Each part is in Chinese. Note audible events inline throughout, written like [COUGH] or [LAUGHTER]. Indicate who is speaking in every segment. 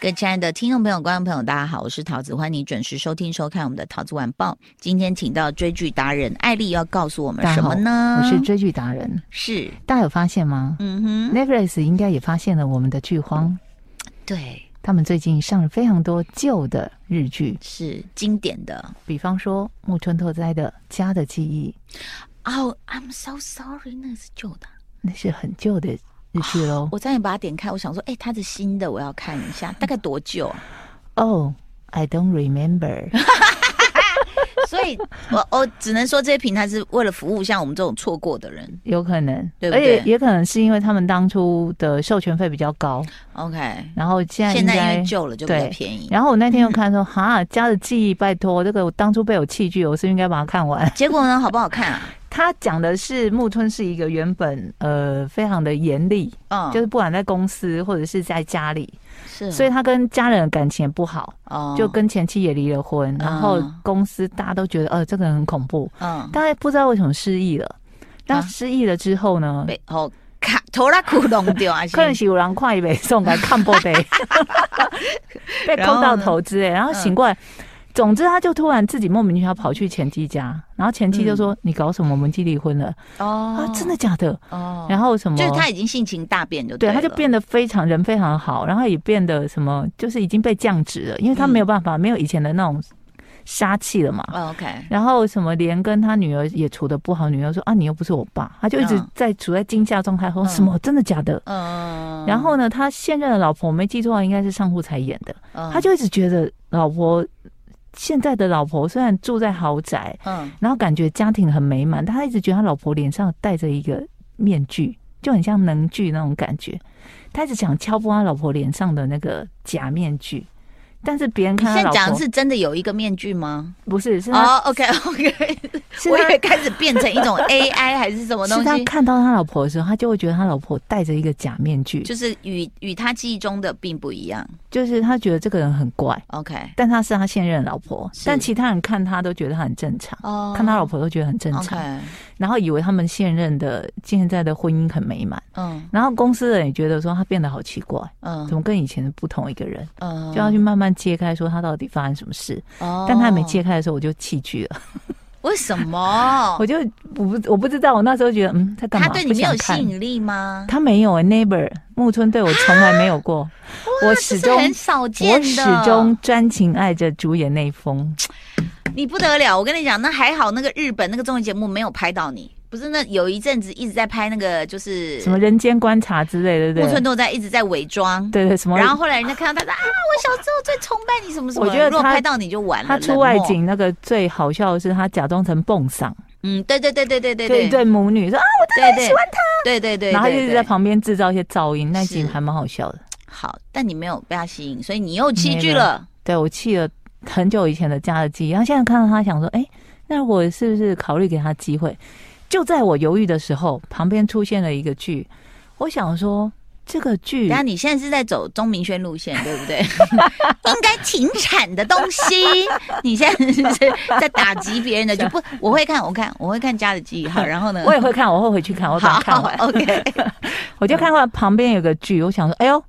Speaker 1: 各位亲爱的听众朋友、观众朋友，大家好，我是桃子，欢迎你准时收听、收看我们的《桃子晚报》。今天请到追剧达人艾丽，要告诉我们
Speaker 2: 大
Speaker 1: 什
Speaker 2: 家好
Speaker 1: 么呢？
Speaker 2: 我是追剧达人，
Speaker 1: 是，
Speaker 2: 大家有发现吗、
Speaker 1: 嗯哼，
Speaker 2: n e t f l i x 应该也发现了我们的剧荒，
Speaker 1: 对，
Speaker 2: 他们最近上了非常多旧的日剧，
Speaker 1: 是经典的。
Speaker 2: 比方说木村拓哉的《家的记忆》，
Speaker 1: 哦、i m so sorry，那个是旧的。
Speaker 2: 那是很旧的日剧喽。
Speaker 1: 我差点把它点开，我想说，哎、它是新的，我要看一下，大概多久啊？ [LAUGHS]
Speaker 2: 哦、i don't remember 。
Speaker 1: 所以我我只能说，这些平台是为了服务像我们这种错过的人。
Speaker 2: 有可能，
Speaker 1: 对不对
Speaker 2: 而且也可能是因为他们当初的授权费比较高，
Speaker 1: OK，
Speaker 2: 然后现在
Speaker 1: 现
Speaker 2: 应
Speaker 1: 在因
Speaker 2: 该
Speaker 1: 为旧了就比较
Speaker 2: 对
Speaker 1: 便宜。
Speaker 2: 然后我那天又看说，哈，《家的记忆》，拜托，这个我当初被我弃剧，我是不是应该把它看完。
Speaker 1: 结果呢，好不好看啊？
Speaker 2: 他讲的是木村是一个原本呃非常的严厉，
Speaker 1: 嗯，
Speaker 2: 就是不管在公司或者是在家里，
Speaker 1: 是哦，
Speaker 2: 所以他跟家人的感情也不好，
Speaker 1: 哦，
Speaker 2: 就跟前妻也离了婚，然后公司大家都觉得呃这个人很恐怖，
Speaker 1: 嗯。
Speaker 2: 大概不知道为什么失忆了。那
Speaker 1: 啊
Speaker 2: 失忆了之后呢？
Speaker 1: 被哦卡头拉苦弄
Speaker 2: [LAUGHS]
Speaker 1: 掉啊，
Speaker 2: 可能是有人快被送来看波
Speaker 1: [LAUGHS]
Speaker 2: 呗，被
Speaker 1: 然后
Speaker 2: 扣
Speaker 1: 呢嗯
Speaker 2: 到投资哎、然后醒过来。总之，他就突然自己莫名其妙跑去前妻家，然后前妻就说：“你搞什么？我们已经离婚了、
Speaker 1: 嗯哦
Speaker 2: 啊！真的假的？”
Speaker 1: 哦，
Speaker 2: 然后什么？
Speaker 1: 就是他已经性情大变就
Speaker 2: 对，
Speaker 1: 了
Speaker 2: 他就变得非常人非常好，然后也变得什么，就是已经被降职了，因为他
Speaker 1: 嗯
Speaker 2: 没有办法，没有以前的那种杀气了嘛。
Speaker 1: 哦 OK
Speaker 2: 然后什么连跟他女儿也处的不好，女儿说啊你又不是我爸，他就一直
Speaker 1: 嗯
Speaker 2: 在处在惊吓状态，说
Speaker 1: 嗯
Speaker 2: 什么真的假的？
Speaker 1: 嗯，
Speaker 2: 然后呢，他现任的老婆，我没记错的话应该是上户才演的，
Speaker 1: 嗯
Speaker 2: 他就一直觉得老婆现在的老婆虽然住在豪宅，
Speaker 1: 嗯
Speaker 2: 然后感觉家庭很美满，但他一直觉得他老婆脸上戴着一个面具，就很像能剧那种感觉。他一直想敲破他老婆脸上的那个假面具，但是别人
Speaker 1: 你
Speaker 2: 看
Speaker 1: 现在
Speaker 2: 他老
Speaker 1: 讲的
Speaker 2: 婆
Speaker 1: 是真的有一个面具吗？
Speaker 2: 不是是他、
Speaker 1: 哦，OK [LAUGHS] OK，
Speaker 2: 是
Speaker 1: 我以
Speaker 2: 他
Speaker 1: 为开始变成一
Speaker 2: [LAUGHS]
Speaker 1: 种 AI 还是什么东
Speaker 2: 是他
Speaker 1: 西，
Speaker 2: 看到他老婆的时候，他就会觉得他老婆戴着一个假面具，
Speaker 1: 就
Speaker 2: 就
Speaker 1: 是与与他记忆中的并不一样。
Speaker 2: 就是他觉得这个人很怪，
Speaker 1: OK，
Speaker 2: 但他是他现任老婆，
Speaker 1: 是
Speaker 2: 但其他人看他都觉得他很正常。
Speaker 1: 哦，
Speaker 2: 看他老婆都觉得很正
Speaker 1: OK，
Speaker 2: 常然后以为他们现任的现在的婚姻很美满，
Speaker 1: 嗯
Speaker 2: 然后公司的人也觉得说他变得好奇怪，怎
Speaker 1: 嗯
Speaker 2: 么跟以前的不同一个人？
Speaker 1: 嗯，
Speaker 2: 就要去慢慢揭开，说他到底发生什么事。
Speaker 1: 哦，
Speaker 2: 但他还没揭开的时候，我就弃剧了。？
Speaker 1: 为什么
Speaker 2: [LAUGHS] 我就我不我不知道，我那时候觉得，嗯，他干
Speaker 1: 哦
Speaker 2: 嘛？
Speaker 1: 他对你没有
Speaker 2: 不
Speaker 1: 吸
Speaker 2: 想看
Speaker 1: 引力吗？
Speaker 2: 他没有、欸、neighbor 木村对我从来没有过，我
Speaker 1: 啊这
Speaker 2: 始
Speaker 1: 是
Speaker 2: 终
Speaker 1: 很少见
Speaker 2: 我
Speaker 1: 的，
Speaker 2: 始终专情爱着主演那一封。
Speaker 1: 你不得了，我跟你讲，那还好，那个日本那个综艺节目没有拍到你，不是那有一阵子一直在拍那个就是
Speaker 2: 什么人间观察之类的，对
Speaker 1: 木
Speaker 2: 不
Speaker 1: 村
Speaker 2: 对？
Speaker 1: 拓哉一直在伪装，
Speaker 2: 对对，什么？
Speaker 1: 然后后来人家看到他说啊，我小时候最崇拜你什么什么，
Speaker 2: 我觉得
Speaker 1: 如果
Speaker 2: 他
Speaker 1: 拍到你就完了，
Speaker 2: 他出
Speaker 1: 冷漠
Speaker 2: 外，景那个最好笑的是，他假装成蹦丧，
Speaker 1: 嗯，对对对对对对
Speaker 2: 对
Speaker 1: 对
Speaker 2: 一对母女说啊，我
Speaker 1: 对对喜欢他，对对对，
Speaker 2: 然后他
Speaker 1: 对
Speaker 2: 一直
Speaker 1: 对
Speaker 2: 在旁边制造一些噪音，那集
Speaker 1: 是
Speaker 2: 还蛮好笑的。
Speaker 1: 好，但你没有被他吸引，所以你又弃剧了，
Speaker 2: 对我弃了很久以前的家的记忆，然后现在看到他，想说，哎、那我是不是考虑给他机会？就在我犹豫的时候，旁边出现了一个剧，我想说这个剧
Speaker 1: 然后你现在是在走钟明轩路线， [LAUGHS] 对不对？应该停产的东西， [LAUGHS] 你现在是在打击别人
Speaker 2: [LAUGHS]
Speaker 1: 的，就不我会看，我看我会看《家的记忆》好，然后呢，
Speaker 2: 啊我也会看，我会回去看，我会把它看
Speaker 1: [LAUGHS]
Speaker 2: 完。
Speaker 1: 好
Speaker 2: [LAUGHS]
Speaker 1: OK，
Speaker 2: 我就看到旁边有个剧，我想说，哎呦，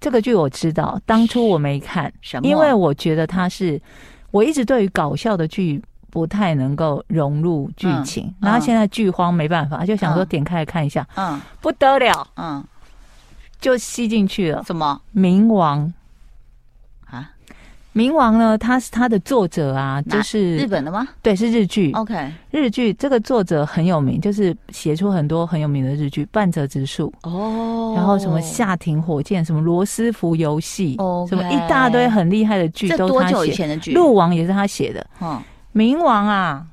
Speaker 2: 这个剧我知道，当初我没看，
Speaker 1: 什么？
Speaker 2: 因为我觉得它是我一直对于搞笑的剧。不太能够融入剧
Speaker 1: 嗯
Speaker 2: 情，
Speaker 1: 嗯
Speaker 2: 然后现在剧荒没办法，就想说
Speaker 1: 嗯
Speaker 2: 点开来看一下，
Speaker 1: 嗯
Speaker 2: 不得了，
Speaker 1: 嗯，
Speaker 2: 就吸进去了。
Speaker 1: 什么
Speaker 2: 冥王，
Speaker 1: 啊？
Speaker 2: 冥王呢，他是他的作者啊，
Speaker 1: 哪
Speaker 2: 就是
Speaker 1: 日本的哦吗
Speaker 2: 对，是日剧。
Speaker 1: ？OK，
Speaker 2: 日剧这个作者很有名，就是写出很多很有名的日剧，《半泽直树》，
Speaker 1: 哦
Speaker 2: 然后什么夏庭火箭，什么罗斯福游戏
Speaker 1: OK
Speaker 2: 什么一大堆很厉害的剧
Speaker 1: 哦这
Speaker 2: 都
Speaker 1: 多
Speaker 2: 是他
Speaker 1: 久以
Speaker 2: 写。
Speaker 1: 前的剧？
Speaker 2: 鹿王也是他写的，
Speaker 1: 嗯，
Speaker 2: 冥王啊。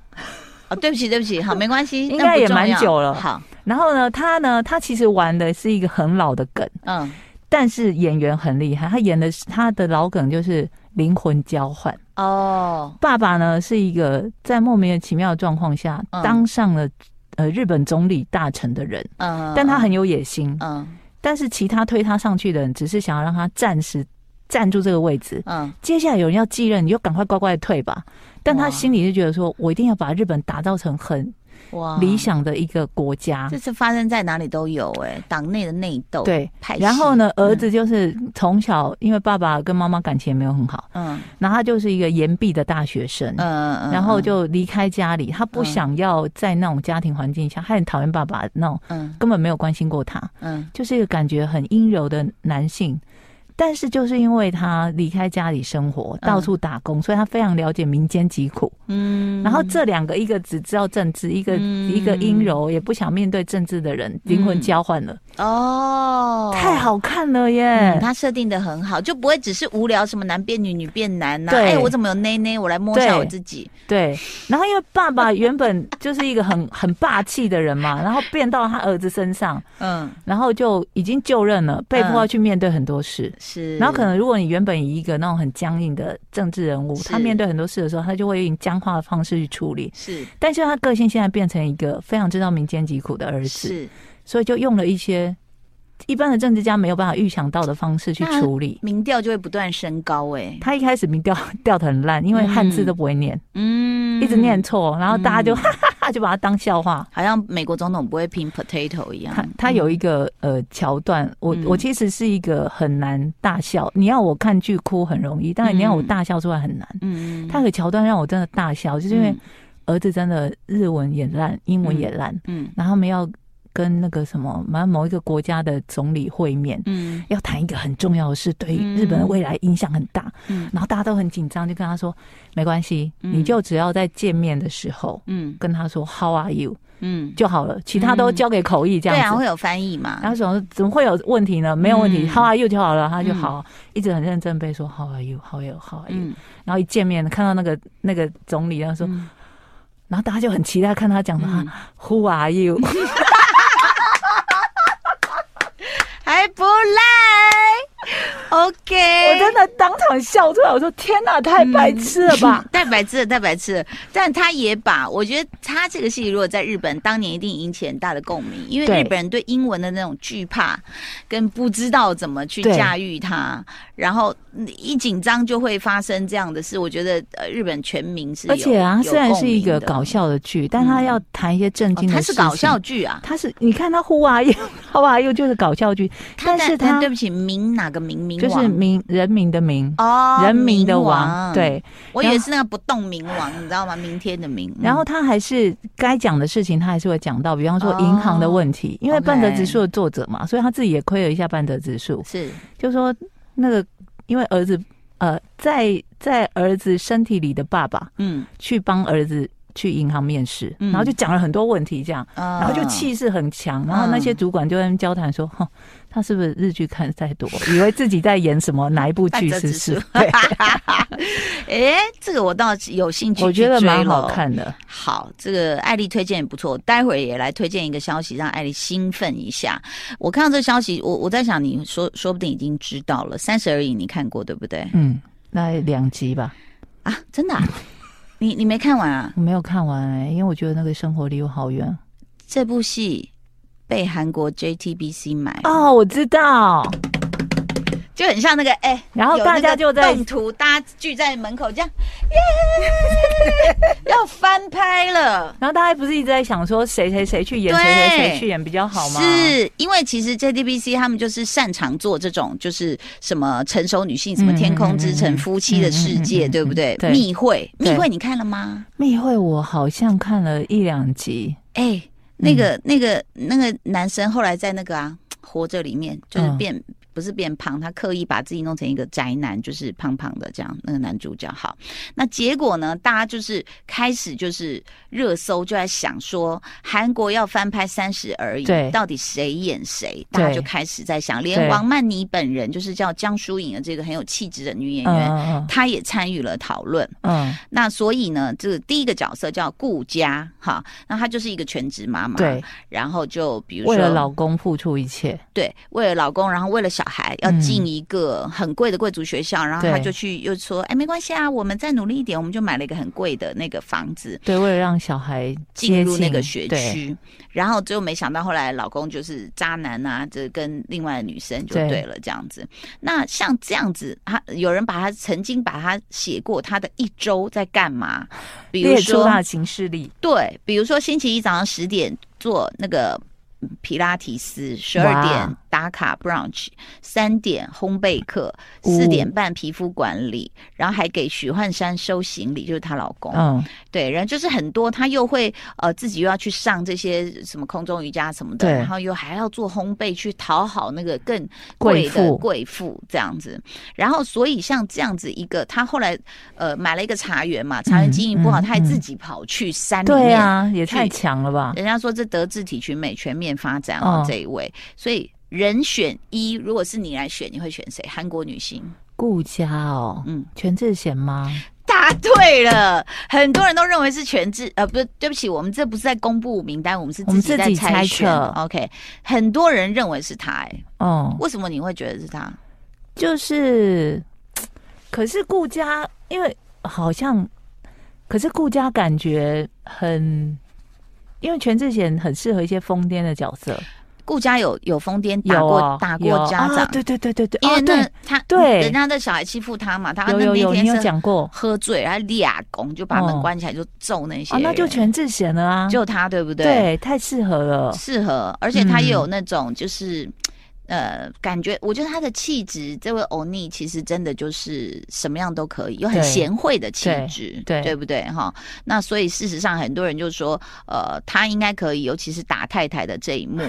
Speaker 1: 哦，对不起，对不起，好，没关
Speaker 2: [LAUGHS]
Speaker 1: 系，
Speaker 2: 应
Speaker 1: 那
Speaker 2: 该
Speaker 1: 不
Speaker 2: 也
Speaker 1: 重
Speaker 2: 蛮
Speaker 1: 要
Speaker 2: 久了
Speaker 1: 好，
Speaker 2: 然后呢，他呢，他其实玩的是一个很老的梗，
Speaker 1: 嗯，
Speaker 2: 但是演员很厉害，他演的是他的老梗就是灵魂交换。
Speaker 1: 哦，
Speaker 2: 爸爸呢是一个在莫名其妙的状况下
Speaker 1: 嗯
Speaker 2: 当上了呃日本总理大臣的人，
Speaker 1: 嗯，
Speaker 2: 但他很有野心，
Speaker 1: 嗯
Speaker 2: 但是其他推他上去的人只是想要让他暂时站住这个位置。
Speaker 1: 嗯，
Speaker 2: 接下来有人要继任，你就赶快乖乖地退吧。但他
Speaker 1: 哇
Speaker 2: 心里就觉得说，我一定要把日本打造成很
Speaker 1: 哇
Speaker 2: 理，想的一个国家。
Speaker 1: 嗯这次发生在哪里都有哎、党内的内斗，，
Speaker 2: 啊对
Speaker 1: 派，系
Speaker 2: 然后呢，
Speaker 1: 嗯
Speaker 2: 儿子就是从小因为爸爸跟妈妈感情也没有很好，
Speaker 1: 嗯
Speaker 2: 然后他就是一个延毕的大学生，
Speaker 1: 嗯嗯，
Speaker 2: 然后就离开家里，他不
Speaker 1: 嗯
Speaker 2: 想要在那种家庭环境下，他很讨厌爸爸那种
Speaker 1: 嗯
Speaker 2: 根本没有关心过他，
Speaker 1: 嗯
Speaker 2: 就是一个感觉很阴柔的男性。但是就是因为他离开家里生活，
Speaker 1: 嗯
Speaker 2: 到处打工，所以他非常了解民间疾苦。
Speaker 1: 嗯，
Speaker 2: 然后这两个，一个只知道政治，一个、
Speaker 1: 嗯
Speaker 2: 一个阴柔，也不想面对政治的人，灵魂交换了，
Speaker 1: 哦，
Speaker 2: 太。好看了耶！
Speaker 1: 嗯，他设定的很好，就不会只是无聊什么男变女，女变男呐、
Speaker 2: 对
Speaker 1: 哎，我怎么有内内？我来摸一下
Speaker 2: 对
Speaker 1: 我自己。
Speaker 2: 对，然后因为爸爸原本就是一个很很霸气的人嘛，然后变到他儿子身上，
Speaker 1: 嗯，
Speaker 2: 然后就已经就任了，被迫要去面对很多事。
Speaker 1: 是。
Speaker 2: 然后可能如果你原本以一个那种很僵硬的政治人物，
Speaker 1: 是
Speaker 2: 他面对很多事的时候，他就会用僵化的方式去处理。
Speaker 1: 是
Speaker 2: 但是他个性现在变成一个非常知道民间疾苦的儿子，
Speaker 1: 是
Speaker 2: 所以就用了一些一般的政治家没有办法预想到的方式去
Speaker 1: 那
Speaker 2: 处理。
Speaker 1: 民调就会不断升高哎、
Speaker 2: 他一开始民调 [LAUGHS] 掉的很烂，因为汉字
Speaker 1: 嗯
Speaker 2: 都不会念，
Speaker 1: 嗯
Speaker 2: 一直念错，然后大家就、
Speaker 1: 嗯
Speaker 2: [LAUGHS] 哈哈哈，就把它当笑话。
Speaker 1: 好像美国总统不会拼 potato 一样。
Speaker 2: 他他有一个呃桥段，我、
Speaker 1: 嗯
Speaker 2: 我其实是一个很难大笑。你要我看剧哭很容易，但你要我
Speaker 1: 嗯
Speaker 2: 大笑出来很难。
Speaker 1: 嗯，嗯，嗯
Speaker 2: 他有个桥段让我真的大笑，就是因为儿子真的日文也烂，英文也烂，
Speaker 1: 嗯
Speaker 2: 然后他们要跟那个什么，反正某一个国家的总理会面。
Speaker 1: 嗯
Speaker 2: 要谈一个很重要的事，对
Speaker 1: 嗯
Speaker 2: 日本的未来影响很大，
Speaker 1: 嗯
Speaker 2: 然后大家都很紧张，就跟他说没关系，
Speaker 1: 嗯
Speaker 2: 你就只要在见面的时候
Speaker 1: 嗯
Speaker 2: 跟他说 How are you
Speaker 1: 嗯，
Speaker 2: 就好了，其他都
Speaker 1: 嗯
Speaker 2: 交给口译这
Speaker 1: 对
Speaker 2: 样子。
Speaker 1: 啊，会有翻译嘛
Speaker 2: 然？后想说怎么会有问题呢？没有问题、
Speaker 1: 嗯
Speaker 2: h o w are you 就好了，他就
Speaker 1: 嗯
Speaker 2: 好，一直很认真背说 How are you，How are you，How are you，、
Speaker 1: 嗯，
Speaker 2: 然后一见面看到那个那个总理，然后说，
Speaker 1: 嗯
Speaker 2: 然后大家就很期待看他讲什么、
Speaker 1: 嗯
Speaker 2: Who
Speaker 1: [LAUGHS]
Speaker 2: are you？
Speaker 1: 还不赖。OK，
Speaker 2: 我真的当场笑出来，我说天哪，太
Speaker 1: 嗯
Speaker 2: 白痴了
Speaker 1: [LAUGHS]
Speaker 2: 吧！
Speaker 1: 太白痴了，太白痴了。但他也把，我觉得他这个戏如果在日本当年一定引起很大的共鸣，因为
Speaker 2: 对
Speaker 1: 日本人对英文的那种惧怕跟不知道怎么去
Speaker 2: 对
Speaker 1: 驾驭它，然后嗯一紧张就会发生这样的事。我觉得呃，日本全民是有
Speaker 2: 而且啊，
Speaker 1: 有
Speaker 2: 它虽然是一
Speaker 1: 共鸣
Speaker 2: 个
Speaker 1: 的嗯
Speaker 2: 搞笑的剧，但他要谈一些震
Speaker 1: 哦
Speaker 2: 惊的
Speaker 1: 它
Speaker 2: 事
Speaker 1: 是
Speaker 2: 情。
Speaker 1: 搞笑，剧啊，
Speaker 2: 他是你看他 Who are you？How are you 就是搞笑剧，但是
Speaker 1: 他
Speaker 2: 他
Speaker 1: 对不起，明哪个明明
Speaker 2: 就是
Speaker 1: 王
Speaker 2: 民人民的民。
Speaker 1: 哦，
Speaker 2: 人民的
Speaker 1: 明
Speaker 2: 王，对，，
Speaker 1: 我以为是那个不动明王，你知道吗？明天的明，嗯
Speaker 2: 然后他还是该讲的事情，他还是会讲到，比方说
Speaker 1: 哦
Speaker 2: 银行的问题，因为
Speaker 1: OK
Speaker 2: 半泽直树的作者嘛，所以他自己也亏了一下半泽直树，
Speaker 1: 是
Speaker 2: 就说那个因为儿子呃在在儿子身体里的爸爸
Speaker 1: 嗯，
Speaker 2: 去帮儿子去银行面试，
Speaker 1: 嗯啊
Speaker 2: 然后就讲了很多问题这样。
Speaker 1: 然
Speaker 2: 然后就，气势很强，然后那些主管就在那边交谈说：“
Speaker 1: 嗯
Speaker 2: 哼、他是不是日剧看太多，以为自己在演什么哪一部
Speaker 1: [LAUGHS] 半
Speaker 2: 剧？
Speaker 1: 泽
Speaker 2: 是不
Speaker 1: 直树
Speaker 2: 是？对，
Speaker 1: 哎，这个我倒是有兴趣，
Speaker 2: 我觉得蛮好。看的。
Speaker 1: 好，这个艾丽推荐也不错，待会儿也来推荐一个消息，让艾丽兴奋一下。我看到这个消息，我我在想，你说说不定已经知道了，《三十而已》你看过对不对？
Speaker 2: 嗯，那两集吧。”
Speaker 1: 啊，真
Speaker 2: [LAUGHS]
Speaker 1: 的、啊，你你没看完啊？
Speaker 2: 我没有看完哎、因为我觉得那个生活离我好远。
Speaker 1: 这部戏被韩国 JTBC 买，
Speaker 2: 哦，我知道，
Speaker 1: 就很像那个哎。
Speaker 2: 然后大家就
Speaker 1: 有
Speaker 2: 在
Speaker 1: 那个动图，大家聚在门口这样，耶， [LAUGHS] 要翻拍了。
Speaker 2: 然后大家不是一直在想说谁谁谁去演，
Speaker 1: 对
Speaker 2: 谁谁谁去演比较好吗？，
Speaker 1: 是因为其实 JTBC 他们就是擅长做这种，就是什么成熟女性，什么天空之城、
Speaker 2: 嗯嗯嗯
Speaker 1: 夫妻的世界，
Speaker 2: 嗯嗯嗯
Speaker 1: 对不对？
Speaker 2: 对
Speaker 1: 密会，密
Speaker 2: 对
Speaker 1: 会你看了吗？
Speaker 2: 密会我好像看了一两集，
Speaker 1: 哎、那个、那个、那个男生后来在那个啊，活着里面就是
Speaker 2: 嗯
Speaker 1: 变、不是变胖，他刻意把自己弄成一个宅男，就是胖胖的这样。那个男主角好，那结果呢，大家就是开始就是热搜就在想说，韩国要翻拍《三十而已》，
Speaker 2: 对
Speaker 1: 到底谁演谁？大家
Speaker 2: 对
Speaker 1: 就开始在想，连
Speaker 2: 对
Speaker 1: 王曼妮本人就是叫江疏影的这个很有气质的女演
Speaker 2: 嗯
Speaker 1: 员，
Speaker 2: 嗯
Speaker 1: 她也参与了讨论。
Speaker 2: 嗯，
Speaker 1: 那所以呢，这个第一个角色叫顾佳，哈，那她就是一个全职妈妈，
Speaker 2: 对，，
Speaker 1: 然后就比如说
Speaker 2: 为了老公付出一切，
Speaker 1: 对，为了老公，然后为了小孩要进一个很贵的贵族学校，然后他
Speaker 2: 嗯对
Speaker 1: 就去又说，哎，没关系啊，我们再努力一点，我们就买了一个很贵的那个房子，
Speaker 2: 对，为了让小孩
Speaker 1: 进
Speaker 2: 接
Speaker 1: 入那
Speaker 2: 近
Speaker 1: 个学，
Speaker 2: 对
Speaker 1: 区，然后最后没想到后来老公就是渣男啊，这跟另外的女生就
Speaker 2: 对
Speaker 1: 对了这样子。那像这样子，他有人把他曾经把他写过他的一周在干嘛，比如
Speaker 2: 列出
Speaker 1: 说
Speaker 2: 他的行事历，
Speaker 1: 对，比如说星期一早上十点做那个嗯皮拉提斯，十二
Speaker 2: 哇
Speaker 1: 点打卡 brunch，三点烘焙课，
Speaker 2: 哦
Speaker 1: 四点半皮肤管理，然后还给许幻山收行李，就是她老公。
Speaker 2: 嗯，
Speaker 1: 对，然后就是很多，她又会呃自己又要去上这些什么空中瑜伽什么的，
Speaker 2: 对
Speaker 1: 然后又还要做烘焙去讨好那个更贵的
Speaker 2: 贵妇
Speaker 1: 贵妇这样子。然后所以像这样子一个，她后来呃买了一个茶园嘛，茶园
Speaker 2: 嗯
Speaker 1: 经营不好，
Speaker 2: 嗯
Speaker 1: 她还自
Speaker 2: 嗯
Speaker 1: 己跑去山里
Speaker 2: 对
Speaker 1: 面。嗯
Speaker 2: 啊，也
Speaker 1: 去
Speaker 2: 太强了吧？
Speaker 1: 人家说这德智体群美全面发展哦，
Speaker 2: 嗯
Speaker 1: 这一位，所以人选一，如果是你来选，你会选谁？韩国女星，
Speaker 2: 顾家哦，
Speaker 1: 嗯。
Speaker 2: 全智贤吗？嗯
Speaker 1: 答对了，很多人都认为是全智，呃，不是，对不起，我们这不是在公布名单，我们是
Speaker 2: 我们
Speaker 1: 己
Speaker 2: 自
Speaker 1: 在
Speaker 2: 己猜
Speaker 1: 选
Speaker 2: 测。
Speaker 1: OK，很多人认为是他、哎，
Speaker 2: 哦，
Speaker 1: 为什么你会觉得是他？
Speaker 2: 就是，可是顾家因为好像，可是顾家感觉很，因为全智贤很适合一些疯癫的角色，
Speaker 1: 顾家有有疯癫打
Speaker 2: 有
Speaker 1: 过、
Speaker 2: 哦
Speaker 1: 打
Speaker 2: 有
Speaker 1: 过家长，
Speaker 2: 啊对对对对对，
Speaker 1: 因为
Speaker 2: 哦
Speaker 1: 那、
Speaker 2: 对，
Speaker 1: 他
Speaker 2: 对
Speaker 1: 人家的小孩欺负他嘛，他那
Speaker 2: 有有有，
Speaker 1: 那
Speaker 2: 你有
Speaker 1: 天是
Speaker 2: 讲过
Speaker 1: 喝醉，然后俩拱就把门
Speaker 2: 哦
Speaker 1: 关起来，就揍那些
Speaker 2: 哦，
Speaker 1: 人、
Speaker 2: 那就全智贤了啊，
Speaker 1: 就他，对不对？
Speaker 2: 对，太适合了，
Speaker 1: 适合，而且他也
Speaker 2: 嗯
Speaker 1: 有那种就是。呃，感觉我觉得他的气质，这位欧尼其实真的就是什么样都可以，有很
Speaker 2: 对
Speaker 1: 贤惠的气
Speaker 2: 对
Speaker 1: 质，
Speaker 2: 对
Speaker 1: 不对哈？那所以事实上，很多人就说，呃，他应该可以，尤其是打太太的这一
Speaker 2: [LAUGHS]
Speaker 1: 幕，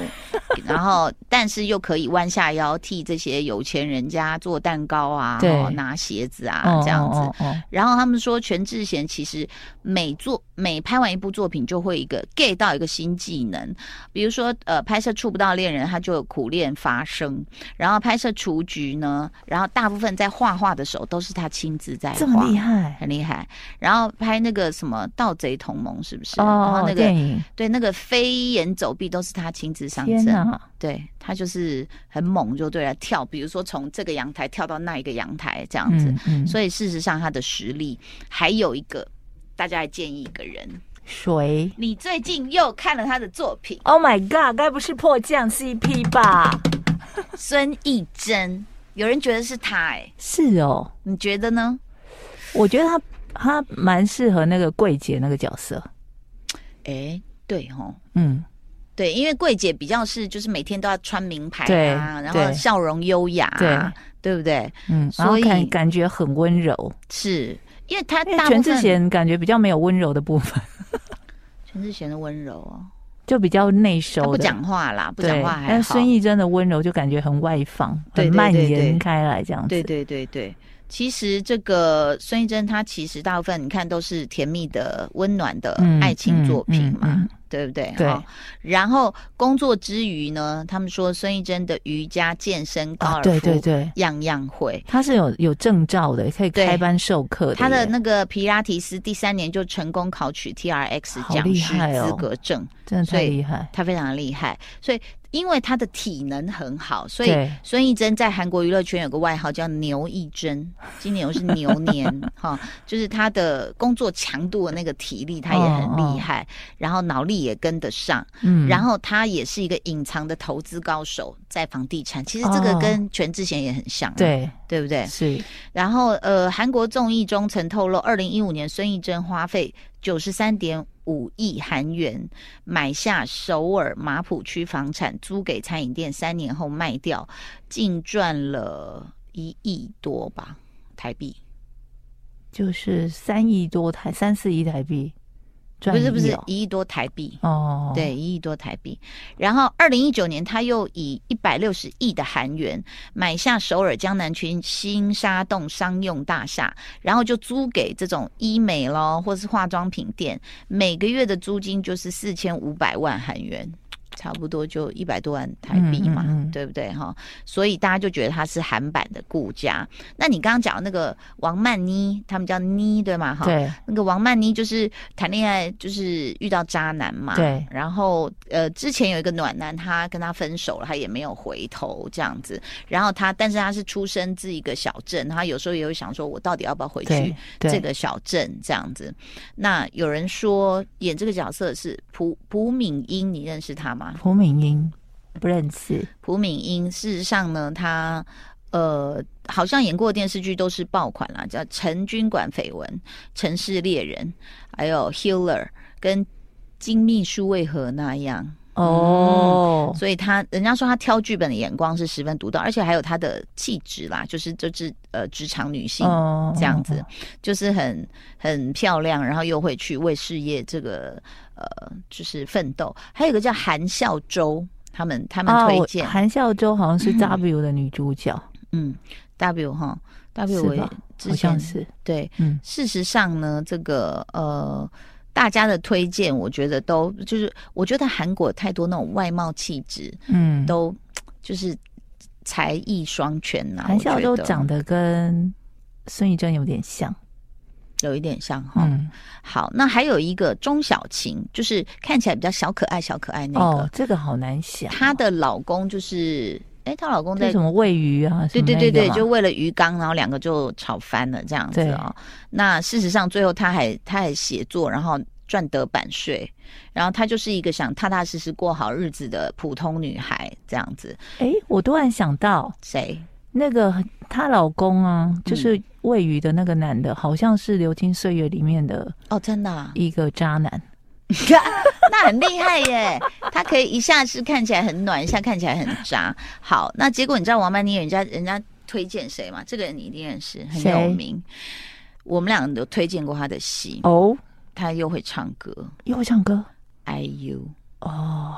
Speaker 1: 然后但是又可以弯下腰替这些有钱人家做蛋糕啊，
Speaker 2: 对
Speaker 1: 哦拿鞋子啊、
Speaker 2: 哦
Speaker 1: 这样子。
Speaker 2: 哦哦
Speaker 1: 然后他们说，全智贤其实每做每拍完一部作品，就会一个 get 到一个新技能，比如说呃，拍摄《触不到恋人》，他就苦练发声；然后拍摄《雏菊》呢，然后大部分在画画的时候都是他亲自在画，
Speaker 2: 这么厉，害
Speaker 1: 很厉害。然后拍那个什么《盗贼同盟》，是不是？然
Speaker 2: 哦
Speaker 1: 后，那
Speaker 2: 哦
Speaker 1: 个
Speaker 2: 电影，
Speaker 1: 对那个飞檐走壁都是他亲自上
Speaker 2: 天
Speaker 1: 阵，
Speaker 2: 哪，
Speaker 1: 对他就是很猛，就对了跳，比如说从这个阳台跳到那一个阳台这样子。
Speaker 2: 嗯嗯，
Speaker 1: 所以事实上，他的实力还有一个，大家还建议一个人。
Speaker 2: 谁
Speaker 1: 你最近又看了他的作品
Speaker 2: ？Oh my god，该不是迫降 CP 吧？
Speaker 1: 孙艺珍，有人觉得是他、哎，
Speaker 2: 是哦，
Speaker 1: 你觉得呢？
Speaker 2: 我觉得他他蛮适合那个桂姐那个角色。
Speaker 1: 哎、对吼。
Speaker 2: 嗯，
Speaker 1: 对，因为桂姐比较是就是每天都要穿名牌
Speaker 2: 对
Speaker 1: 啊，然后
Speaker 2: 对
Speaker 1: 笑容优雅、啊，对不对？
Speaker 2: 嗯，然后
Speaker 1: 所以
Speaker 2: 感感觉很温柔，
Speaker 1: 是因为她
Speaker 2: 因为
Speaker 1: 大部
Speaker 2: 全
Speaker 1: 分
Speaker 2: 智贤感觉比较没有温柔的部分，
Speaker 1: 全智贤的温柔哦，
Speaker 2: 就比较内
Speaker 1: 她
Speaker 2: 收的。
Speaker 1: 不讲话啦，不
Speaker 2: 对，
Speaker 1: 讲话还
Speaker 2: 但
Speaker 1: 好。
Speaker 2: 孙艺珍的温柔就感觉很外放，
Speaker 1: 对
Speaker 2: 很
Speaker 1: 对
Speaker 2: 蔓
Speaker 1: 对对
Speaker 2: 延开来这样子。
Speaker 1: 对对对对，其实这个孙艺珍她其实大部分你看都是甜蜜的、温暖的
Speaker 2: 嗯
Speaker 1: 爱情作品嘛，
Speaker 2: 嗯嗯嗯
Speaker 1: 对不对？
Speaker 2: 对
Speaker 1: 哈然后工作之余呢，他们说孙艺珍的瑜伽、健身、高
Speaker 2: 啊，
Speaker 1: 尔夫，
Speaker 2: 对对对，
Speaker 1: 样样会。
Speaker 2: 他是有有证照的，可以
Speaker 1: 对
Speaker 2: 开班授课的耶。
Speaker 1: 他的那个皮拉提斯第三年就成功考取 T R X
Speaker 2: 好
Speaker 1: 讲
Speaker 2: 厉
Speaker 1: 师
Speaker 2: 害哦
Speaker 1: 资格证，
Speaker 2: 真的
Speaker 1: 所
Speaker 2: 太
Speaker 1: 以
Speaker 2: 厉害，
Speaker 1: 他非常厉害。所以因为他的体能很好，所以
Speaker 2: 对，
Speaker 1: 孙艺珍在韩国娱乐圈有个外号叫“牛艺珍”，今年又是牛年
Speaker 2: [LAUGHS]
Speaker 1: 哈、就是她的工作强度的那个体力，她也很厉害，然后脑力也跟得上，
Speaker 2: 哦嗯，
Speaker 1: 然后她也是一个隐藏的投资高手，在房地产。其实这个
Speaker 2: 哦
Speaker 1: 跟全智贤也很像、，啊
Speaker 2: 对
Speaker 1: 对不对？
Speaker 2: 是
Speaker 1: 然后呃，韩国综艺中曾透露，二零一五年孙艺珍花费九十三点五亿韩元买下首尔马浦区房产，租给餐饮店，三年后卖掉，净赚了一亿多吧台币。
Speaker 2: 就是三亿多台三四亿台币，赚
Speaker 1: 不是不
Speaker 2: 一亿
Speaker 1: 是
Speaker 2: 哦
Speaker 1: 一亿多台币。
Speaker 2: 哦，
Speaker 1: 对，一亿多台币。然后，二零一九年，他又以一百六十亿的韩元买下首尔江南区新沙洞商用大厦，然后就租给这种医美咯，或是化妆品店，每个月的租金就是四千五百万韩元。差不多就一百多万台币嘛，
Speaker 2: 嗯嗯嗯
Speaker 1: 对不对哈？所以大家就觉得它是韩版的顾家。那你刚刚讲的那个王曼妮，他们叫妮对吗？哈，
Speaker 2: 对，
Speaker 1: 那个王曼妮就是谈恋爱，就是遇到渣男嘛。
Speaker 2: 对
Speaker 1: 然后呃，之前有一个暖男，他跟他分手了，他也没有回头这样子。然后他，但是他是出生自一个小镇，他有时候也会想说，我到底要不要回去
Speaker 2: 对，对
Speaker 1: 这个小镇这样子？那有人说演这个角色的是朴朴敏英，你认识他吗？
Speaker 2: 朴敏英不认识，
Speaker 1: 朴敏英，事实上呢，她呃好像演过的电视剧都是爆款啦，叫《陈军馆绯闻》《城市猎人》，还有《Healer》跟《金秘书为何那样》。
Speaker 2: 哦，
Speaker 1: 嗯所以她人家说她挑剧本的眼光是十分独到，而且还有她的气质啦，就是就是呃职场女性
Speaker 2: 哦
Speaker 1: 这样子，就是很很漂亮，然后又会去为事业这个呃就是奋斗。还有一个叫韩孝周，他们他们
Speaker 2: 啊，
Speaker 1: 推
Speaker 2: 我
Speaker 1: 荐、
Speaker 2: 韩孝周好像是 W 的女主角，
Speaker 1: 嗯，W 哈，W
Speaker 2: 是
Speaker 1: 为
Speaker 2: 吧
Speaker 1: 之
Speaker 2: 好像
Speaker 1: 前
Speaker 2: 是，
Speaker 1: 对，
Speaker 2: 嗯，
Speaker 1: 事实上呢，这个呃，大家的推荐，我觉得都就是，我觉得韩国太多那种外貌气质
Speaker 2: 嗯，
Speaker 1: 都就是才艺双全呐、
Speaker 2: 韩孝周
Speaker 1: 我觉得
Speaker 2: 长得跟孙艺珍有点像，
Speaker 1: 有一点像哈。
Speaker 2: 嗯，
Speaker 1: 好，那还有一个钟小琴，就是看起来比较小可爱、小可爱那个
Speaker 2: 哦，，这个好难想哦，
Speaker 1: 她的老公就是，哎，她老公
Speaker 2: 这
Speaker 1: 在
Speaker 2: 什么喂鱼啊，
Speaker 1: 对
Speaker 2: 什么
Speaker 1: 对对
Speaker 2: 那个
Speaker 1: 对，
Speaker 2: 嘛
Speaker 1: 就为了鱼缸，然后两个就吵翻了这样子哦。那事实上，最后他还他还写作，然后赚得版税，然后她就是一个想踏踏实实过好日子的普通女孩这样子。
Speaker 2: 哎，我突然想到
Speaker 1: 谁？
Speaker 2: 那个她老公啊，就是
Speaker 1: 嗯
Speaker 2: 喂鱼的那个男的，好像是《流金岁月》里面的，
Speaker 1: 哦，真的、啊
Speaker 2: 一个渣男，
Speaker 1: 那很厉害耶！ [LAUGHS] 她可以一下是看起来很暖，一下看起来很渣。好，那结果你知道王曼妮人家人家推荐谁吗？这个人你一定认识，很有
Speaker 2: 谁
Speaker 1: 名。我们俩都推荐过她的戏，
Speaker 2: 哦，
Speaker 1: 她又会唱歌
Speaker 2: 又会唱歌，
Speaker 1: ，IU。
Speaker 2: 哦。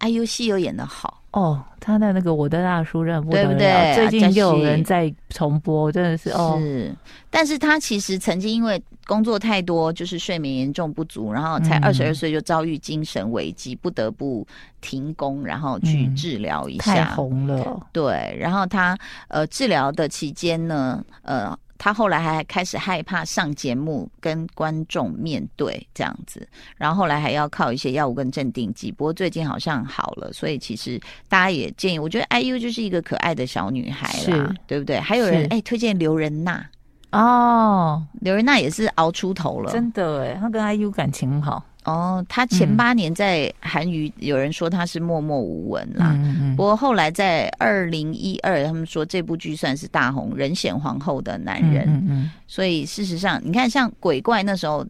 Speaker 1: IU 戏又演的好，
Speaker 2: 哦，他的那个我的大叔认不得了，
Speaker 1: 对不对
Speaker 2: 最近又有人
Speaker 1: 啊
Speaker 2: 在重播，真的是哦，
Speaker 1: 是，但是他其实曾经因为工作太多，就是睡眠严重不足，然后才
Speaker 2: 嗯
Speaker 1: 二十二岁就遭遇精神危机，不得不停工，然后去
Speaker 2: 嗯
Speaker 1: 治疗一
Speaker 2: 太
Speaker 1: 下。
Speaker 2: 红了，
Speaker 1: 对，然后他呃治疗的期间呢，呃，他后来还开始害怕上节目跟观众面对这样子，然后后来还要靠一些药物跟镇定剂。不过最近好像好了，所以其实大家也建议，我觉得 IU 就是一个可爱的小女孩啦
Speaker 2: 是，
Speaker 1: 对不对？还有人
Speaker 2: 是
Speaker 1: 哎、推荐刘仁娜，
Speaker 2: 哦，
Speaker 1: 刘仁娜也是熬出头了。
Speaker 2: 真的哎，他跟 IU 感情很好，
Speaker 1: 哦，她前
Speaker 2: 嗯
Speaker 1: 八年在韩娱，有人说她是默默无闻啦。
Speaker 2: 嗯嗯
Speaker 1: 不，过后来在二零一二，他们说这部剧算是大红，人显皇后的男
Speaker 2: 嗯
Speaker 1: 人。
Speaker 2: 嗯嗯，
Speaker 1: 所以事实上，你看像鬼怪那时候，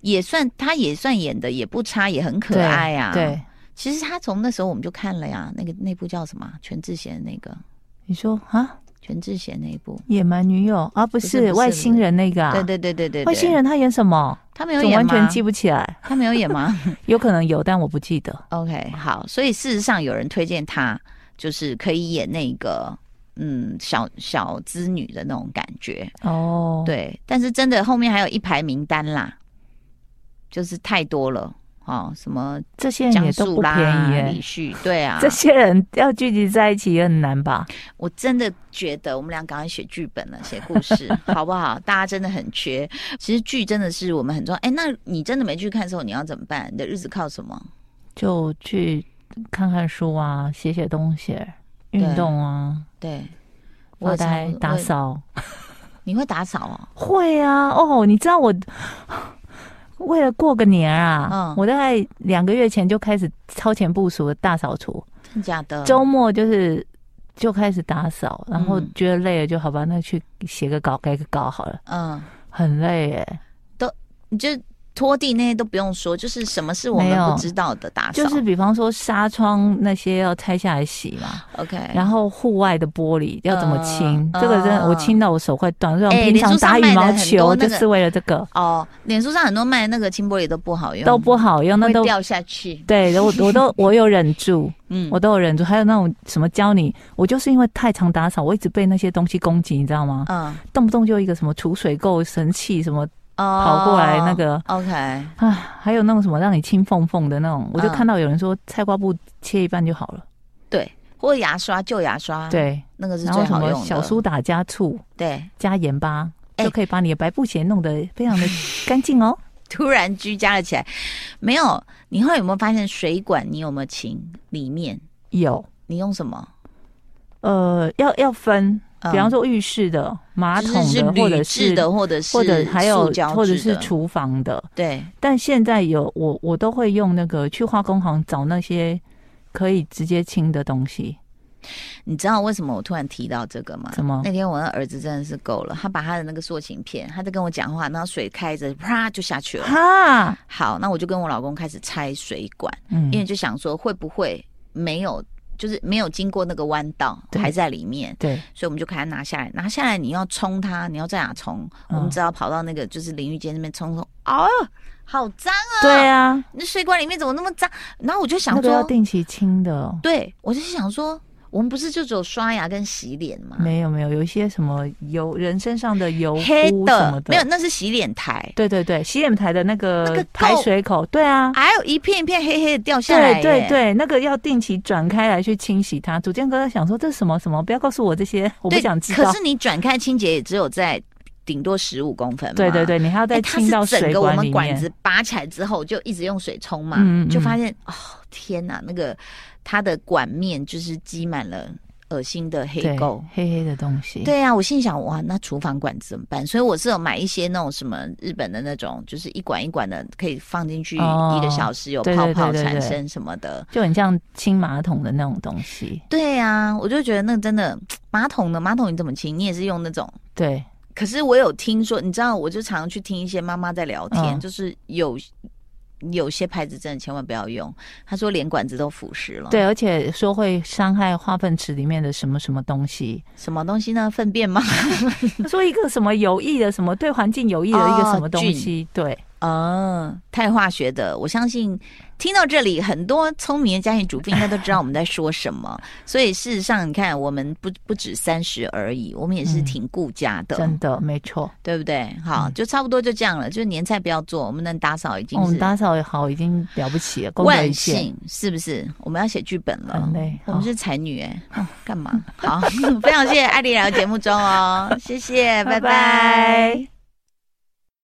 Speaker 1: 也算他也算演的也不差，也很可
Speaker 2: 对
Speaker 1: 爱啊。
Speaker 2: 对，，
Speaker 1: 其实他从那时候我们就看了呀，那个那部叫什么啊？全智贤的那个，
Speaker 2: 你说啊，
Speaker 1: 全智贤那一部。
Speaker 2: 野蛮女友啊，不
Speaker 1: 不是不是
Speaker 2: 是外星人那个啊，
Speaker 1: 对对对对对，对
Speaker 2: 外星人他演什么？
Speaker 1: 他没有
Speaker 2: 总
Speaker 1: 演
Speaker 2: 完全
Speaker 1: 吗？
Speaker 2: 记不起来，
Speaker 1: 他没有演吗
Speaker 2: 有可能有，但我不记得。
Speaker 1: ？OK，好，所以事实上有人推荐他，就是可以演那个嗯小小资女的那种感觉。
Speaker 2: 哦，，
Speaker 1: 对，但是真的后面还有一排名单啦，就是太多了哦，什么
Speaker 2: 这些人
Speaker 1: 江
Speaker 2: 也都
Speaker 1: 苏
Speaker 2: 不便
Speaker 1: 啦、
Speaker 2: 宜耶
Speaker 1: 李，旭，对啊
Speaker 2: [LAUGHS] 这，些人要聚集在一起也很难吧？
Speaker 1: 我真的觉得我们俩赶快写剧本了，写故事
Speaker 2: [LAUGHS]
Speaker 1: 好不好？大家真的很缺，其实剧真的是我们很重要。哎，那你真的没去看的时候，你要怎么办？你的日子靠什么？
Speaker 2: 就去看看书啊，写写东西，运动啊，
Speaker 1: 对，我
Speaker 2: 发
Speaker 1: 也差
Speaker 2: 呆
Speaker 1: 不多，
Speaker 2: 打
Speaker 1: 我也，
Speaker 2: 扫。
Speaker 1: 你会打扫哦？
Speaker 2: 会啊，哦，你知道我为了过个年啊，
Speaker 1: 嗯
Speaker 2: 我大概两个月前就开始超前部署的大扫除，
Speaker 1: 真的假的？
Speaker 2: 周末就是就开始打扫，然后
Speaker 1: 嗯
Speaker 2: 觉得累了就好吧，那去写个稿改个稿好了，
Speaker 1: 嗯，
Speaker 2: 很累耶，
Speaker 1: 你就拖地那些都不用说，就是什么是我
Speaker 2: 没
Speaker 1: 们
Speaker 2: 有
Speaker 1: 不知道的打扫。
Speaker 2: 就是比方说纱窗那些要拆下来洗嘛。
Speaker 1: OK，
Speaker 2: 然后户外的玻璃要怎么清？
Speaker 1: 哎嗯
Speaker 2: 这个真的，
Speaker 1: 嗯
Speaker 2: 我清到我手快断。这种
Speaker 1: 哎
Speaker 2: 平常打
Speaker 1: 脸书上卖
Speaker 2: 羽
Speaker 1: 的
Speaker 2: 毛
Speaker 1: 很多
Speaker 2: 球
Speaker 1: 那
Speaker 2: 就
Speaker 1: 个
Speaker 2: 是为了这个，
Speaker 1: 哦，脸书上很多卖那个轻玻璃都不好用，
Speaker 2: 都不好用，那
Speaker 1: 会
Speaker 2: 都
Speaker 1: 掉下去。
Speaker 2: [LAUGHS] 对，我我都我有忍住。
Speaker 1: 嗯，
Speaker 2: 我都有忍住。还有那种什么教你，我就是因为太常打扫，我一直被那些东西攻击，你知道吗？
Speaker 1: 嗯
Speaker 2: 动不动就一个什么储水垢神器，什么
Speaker 1: 哦
Speaker 2: 跑过来那个
Speaker 1: ，OK，
Speaker 2: 啊，还有那种什么让你青凤凤的那种，我就
Speaker 1: 嗯
Speaker 2: 看到有人说菜瓜布切一半就好了，
Speaker 1: 对，或者牙刷旧牙刷，，
Speaker 2: 对，
Speaker 1: 那啊个是
Speaker 2: 然
Speaker 1: 最
Speaker 2: 后什
Speaker 1: 好
Speaker 2: 么
Speaker 1: 用的。
Speaker 2: 小苏打加醋
Speaker 1: 对，
Speaker 2: 加盐巴，
Speaker 1: 哎
Speaker 2: 就可以把你的白布鞋弄得非
Speaker 1: [LAUGHS]
Speaker 2: 常的干净哦。
Speaker 1: 突然居家了起来，没有。你后来有没有发现水管你有没有清里面？
Speaker 2: 有，
Speaker 1: 你用什么？
Speaker 2: 呃，要要分，
Speaker 1: 嗯
Speaker 2: 比方说浴室的、马
Speaker 1: 就
Speaker 2: 桶
Speaker 1: 是是
Speaker 2: 的，或者
Speaker 1: 铝制
Speaker 2: 是
Speaker 1: 的，或者是
Speaker 2: 或者还有
Speaker 1: 塑胶
Speaker 2: 或者
Speaker 1: 制
Speaker 2: 是
Speaker 1: 的
Speaker 2: 厨房的，
Speaker 1: 对
Speaker 2: 但现在有我我都会用那个去化工行找那些可以直接清的东西。
Speaker 1: 你知道为什么我突然提到这个吗？
Speaker 2: 怎么
Speaker 1: 那天我那儿子真的是够了，他把他的那个塑形片，他在跟我讲话，然后水开着，啪就下去了。
Speaker 2: 哈，
Speaker 1: 好，那我就跟我老公开始拆水管，
Speaker 2: 嗯
Speaker 1: 因为就想说会不会没有，就是没有经过那个弯道，
Speaker 2: 对
Speaker 1: 还在里面，
Speaker 2: 对，
Speaker 1: 所以我们就给它拿下来。拿下来你要冲它，你要在哪冲？
Speaker 2: 嗯
Speaker 1: 我们只好跑到那个就是淋浴间那边冲冲。哦，好脏啊！
Speaker 2: 对啊，
Speaker 1: 那水管里面怎么那么脏？然后我就想
Speaker 2: 那
Speaker 1: 说，
Speaker 2: 个要定期清的哦。
Speaker 1: 对，我就是想说，我们不是就只有刷牙跟洗脸吗？
Speaker 2: 没有没有，有一些什么油，人身上的油
Speaker 1: 黑
Speaker 2: 污什么
Speaker 1: 的
Speaker 2: 的，
Speaker 1: 没有，。那是洗脸台，
Speaker 2: 对对对，洗脸台的那
Speaker 1: 那个
Speaker 2: 个
Speaker 1: 垢
Speaker 2: 排水口，对啊，
Speaker 1: 还有一片一片黑黑的掉下来。
Speaker 2: 对对，对，那个要定期转开来去清洗它。主建哥在想说这是什么什么，不要告诉我这些，我不
Speaker 1: 对
Speaker 2: 想知道
Speaker 1: 可。是你转开清洁也只有在顶多十五公分嘛。
Speaker 2: 对对对，你还要
Speaker 1: 哎。
Speaker 2: 再
Speaker 1: 它
Speaker 2: 清到
Speaker 1: 是整
Speaker 2: 水
Speaker 1: 个我
Speaker 2: 管
Speaker 1: 们
Speaker 2: 里
Speaker 1: 管
Speaker 2: 面。
Speaker 1: 子拔起来之后，就一直用水冲嘛，
Speaker 2: 嗯嗯
Speaker 1: 就发现哦天哪，那个它的管面就是积满了恶心的黑
Speaker 2: 对
Speaker 1: 垢。
Speaker 2: 黑黑的东西。
Speaker 1: 对啊，我心里想哇，那厨房管子怎么办？所以我是有买一些那种什么日本的那种，就是一管一管的，可以放进去
Speaker 2: 哦
Speaker 1: 一个小时，有
Speaker 2: 对
Speaker 1: 泡
Speaker 2: 对
Speaker 1: 泡
Speaker 2: 对对
Speaker 1: 产
Speaker 2: 对
Speaker 1: 生什么的。
Speaker 2: 就很像清马桶的那种东西。
Speaker 1: 对啊，我就觉得那真的马桶呢，马桶你怎么清？你也是用那种。
Speaker 2: 对，
Speaker 1: 可是我有听说，你知道，我就常常去听一些妈妈在聊天，
Speaker 2: 嗯
Speaker 1: 就是有有些牌子真的千万不要用。她说连管子都腐蚀了，，
Speaker 2: 对，而且说会伤害化粪池里面的什么什么东西，
Speaker 1: 什么东西呢？粪便吗？ [LAUGHS]
Speaker 2: 说一个什么有益的什么对环境有益的一个什么东西，对，
Speaker 1: 哦，太化学的，我相信听到这里，很多聪明的家庭主妇应该都知道我们在说什么。所以事实上，你看，我们不不止三十而已，我们也是
Speaker 2: 嗯
Speaker 1: 挺顾家的，
Speaker 2: 真的没错。
Speaker 1: 对不对？好，就差不多就这样了。就是年菜不要做，我们能打扫已经
Speaker 2: 我们
Speaker 1: 是
Speaker 2: 打扫也好已经了不起了，功德
Speaker 1: 万
Speaker 2: 一件。
Speaker 1: 幸，是不是？我们要写剧本了
Speaker 2: 很累，
Speaker 1: 我们
Speaker 2: 好
Speaker 1: 是才女哎、哦 [LAUGHS] 干嘛？好，非常谢谢艾丽来到节目中哦，谢谢，拜
Speaker 2: [LAUGHS] 拜
Speaker 1: 拜
Speaker 2: 拜